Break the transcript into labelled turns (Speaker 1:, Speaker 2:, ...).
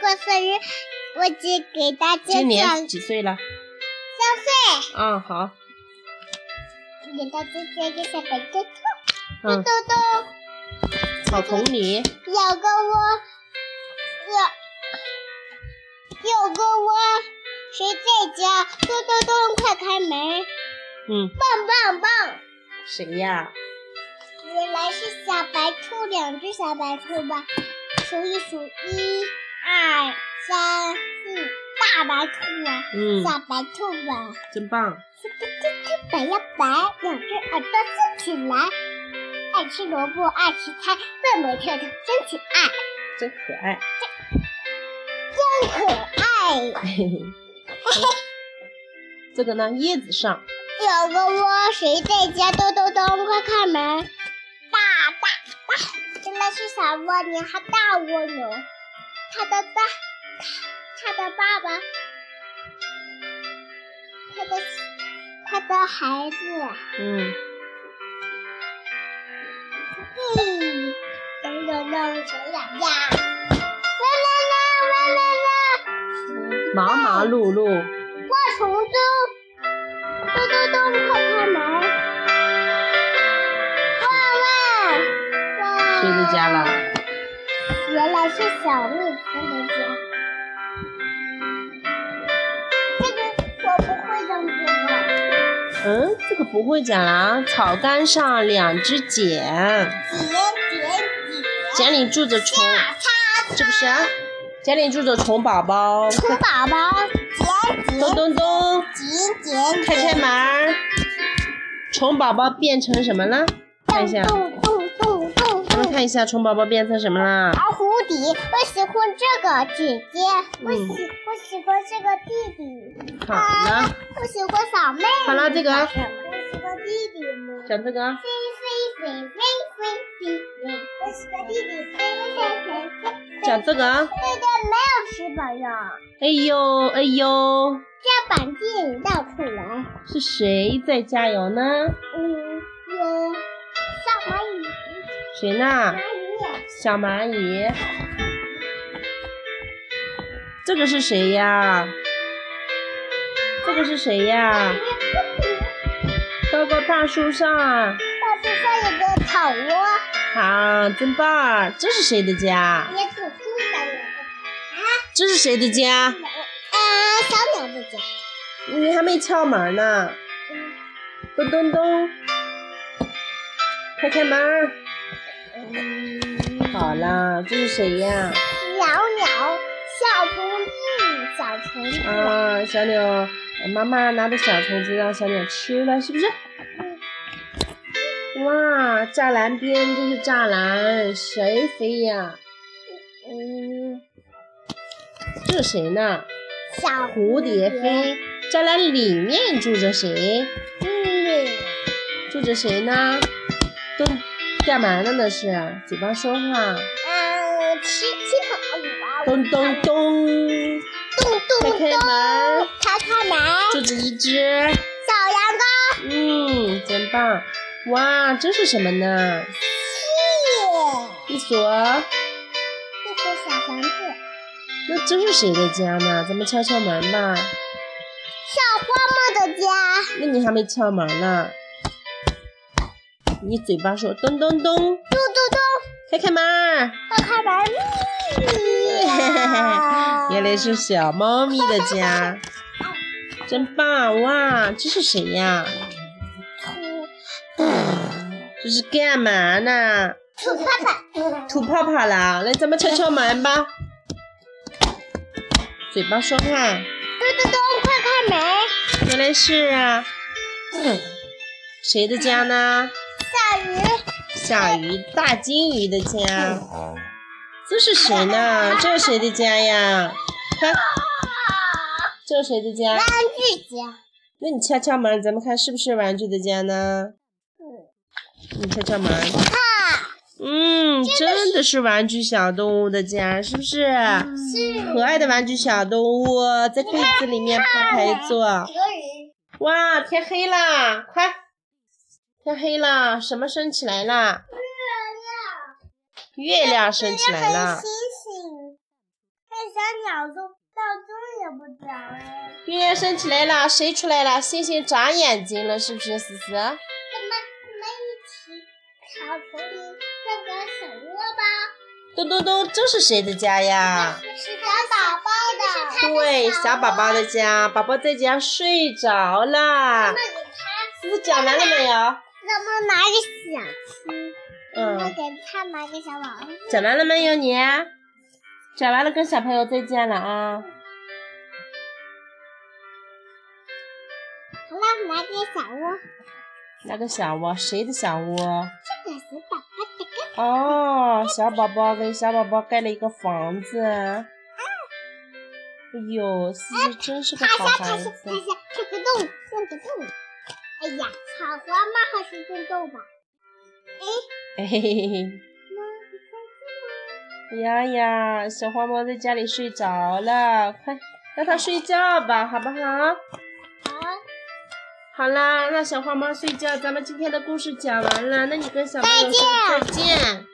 Speaker 1: 过生日，我只给大家
Speaker 2: 今年
Speaker 1: 讲
Speaker 2: 几岁了？
Speaker 1: 三岁，
Speaker 2: 啊，好，
Speaker 1: 给大家讲一个小白兔，豆
Speaker 2: 嗯，
Speaker 1: 豆
Speaker 2: 草丛里，
Speaker 1: 有个窝，有有个窝，谁在家？咚咚咚，快开门！
Speaker 2: 嗯，
Speaker 1: 棒棒棒！
Speaker 2: 谁呀？
Speaker 1: 原来是小白兔，两只小白兔吧？数一数，一、二、三、四，大白兔啊，
Speaker 2: 嗯，
Speaker 1: 小白兔吧。
Speaker 2: 真棒，
Speaker 1: 这这这这白呀白，两只耳朵竖起来，爱吃萝卜爱吃菜，笨笨跳跳真可爱，
Speaker 2: 真可 爱，
Speaker 1: 真可爱。
Speaker 2: 嘿嘿。这个呢，叶子上，
Speaker 1: 有个窝，谁在家？咚咚咚，快开门！大大大，真的是小蜗牛和大蜗牛。它的爸，它的爸爸，它的它的孩子。啊
Speaker 2: 嗯，
Speaker 1: 嗯，等等等，小懒呀！啦啦啦啦啦
Speaker 2: 忙忙碌碌，
Speaker 1: 啦，画虫子！咚咚咚，快开门！哇哇哇！
Speaker 2: 谁的家了？
Speaker 1: 原来是小蜜蜂的家。这个我不会扔这个。
Speaker 2: 嗯，这个不会讲啦。草杆上两只茧，
Speaker 1: 几点几
Speaker 2: 茧里住着虫，是不是啊？茧里住着虫宝宝。
Speaker 1: 兔宝宝，几
Speaker 2: 咚
Speaker 1: 点
Speaker 2: 咚咚，
Speaker 1: 几点？
Speaker 2: 开开门儿！虫宝宝变成什么了？看一下，
Speaker 1: 动动动动
Speaker 2: 咱们
Speaker 1: 动。
Speaker 2: 看一下虫宝宝变成什么啦？
Speaker 1: 而蝴蝶，我喜欢这个姐姐，我喜我喜欢这个弟弟，
Speaker 2: 好了，
Speaker 1: 我喜欢小妹妹。
Speaker 2: 好了这个
Speaker 1: 我喜欢弟弟吗？
Speaker 2: 讲这个
Speaker 1: 飞飞飞飞飞飞，我喜欢弟弟飞飞飞飞。
Speaker 2: 讲这个，
Speaker 1: 对对，没有翅膀呀，
Speaker 2: 哎呦哎呦，
Speaker 1: 这把电影倒出来。
Speaker 2: 是谁在加油呢？
Speaker 1: 嗯，有小蚂蚁，
Speaker 2: 谁呢？
Speaker 1: 蚂蚁
Speaker 2: 小蚂蚁。这个是谁呀？这个是谁呀？高高大树上，
Speaker 1: 大树上有个草窝，
Speaker 2: 好，真棒儿！这是谁的家？
Speaker 1: 也挺舒服的。
Speaker 2: 这是谁的家？
Speaker 1: 啊，小鸟的家，
Speaker 2: 你还没敲门呢。咚咚咚，开开门儿！好啦，这是谁呀？
Speaker 1: 鸟鸟，小虫子，小虫子，
Speaker 2: 啊，小鸟，妈妈拿的小虫子让小鸟吃了，是不是？哇，栅栏边这是栅栏，谁飞呀？嗯，这是谁呢？
Speaker 1: 小
Speaker 2: 蝴蝶飞。栅栏里面住着谁？
Speaker 1: 嗯，
Speaker 2: 住着谁呢？都干嘛呢？那是啊嘴巴说话。
Speaker 1: 嗯，吃吃草，
Speaker 2: 咚咚咚，
Speaker 1: 咚咚
Speaker 2: 开开
Speaker 1: 咚，
Speaker 2: 门，
Speaker 1: 开开门，
Speaker 2: 住着一只。
Speaker 1: 小羊羔
Speaker 2: 嗯，真棒！哇，这是什么呢？
Speaker 1: 屁，
Speaker 2: 一所。
Speaker 1: 这是小房子，
Speaker 2: 那这是谁的家呢？咱们敲敲门吧。
Speaker 1: 小花猫的家，
Speaker 2: 那你还没敲门呢。你嘴巴说咚咚咚，
Speaker 1: 咚咚咚，
Speaker 2: 开开门儿。
Speaker 1: 快开门，咪
Speaker 2: 原来是小猫咪的家，真棒！哇，这是谁呀？
Speaker 1: 兔
Speaker 2: 这是干嘛呢？
Speaker 1: 兔爸爸，
Speaker 2: 吐泡泡啦！来，咱们敲敲门吧。嘴巴说话，
Speaker 1: 咚咚咚，快开门，
Speaker 2: 原来是啊，谁的家呢？
Speaker 1: 小鱼，
Speaker 2: 小鱼，大金鱼的家。这是谁呢？这是谁的家呀？
Speaker 1: 啊
Speaker 2: 看，这是谁的家？
Speaker 1: 玩具家，
Speaker 2: 那你敲敲门，咱们看是不是玩具的家呢？你敲敲门。嗯，真的是玩具小动物的家，是不是？
Speaker 1: 是
Speaker 2: 可爱的玩具小动物在柜子里面排排坐。
Speaker 1: 人，
Speaker 2: 哇，天黑啦，快！天黑啦，什么升起来啦？月亮升起来
Speaker 1: 很
Speaker 2: 啦
Speaker 1: 星。星，看小闹钟，闹钟也不响哎。
Speaker 2: 月亮升起来了，谁出来了？星星眨眼睛了，是不是，思
Speaker 1: 咱
Speaker 2: 思？
Speaker 1: 们咱们一起烤红那个小窝包，
Speaker 2: 咚咚咚，这是谁的家呀？
Speaker 1: 是小宝宝的，这是它的
Speaker 2: 对，小宝宝
Speaker 1: 窝
Speaker 2: 的家，宝宝在家睡着啦
Speaker 1: 那。给他，
Speaker 2: 思思讲完了没有？
Speaker 1: 咱们拿个小鸡，我
Speaker 2: 嗯，
Speaker 1: 给他拿个小宝宝。
Speaker 2: 讲完了没有你？讲完了，跟小朋友再见了啊！
Speaker 1: 好了，拿个小窝，
Speaker 2: 那个小窝，谁的小窝？
Speaker 1: 这个是宝宝的哥。
Speaker 2: 哦，小宝宝给小宝宝盖了一个房子。哎呦，思思真是个
Speaker 1: 趴
Speaker 2: 好
Speaker 1: 下，
Speaker 2: 孩
Speaker 1: 趴下，
Speaker 2: 子。
Speaker 1: 趴下，这个洞，这个洞。哎呀，草花妈好像种豆吧？
Speaker 2: 嗯嘿嘿嘿嘿。
Speaker 1: 妈，你看
Speaker 2: 呀呀，小花猫在家里睡着了，快让它睡觉吧，好不好？
Speaker 1: 这个。好，
Speaker 2: 好啦，让小花猫睡觉，咱们今天的故事讲完了，那你跟小朋友说再见。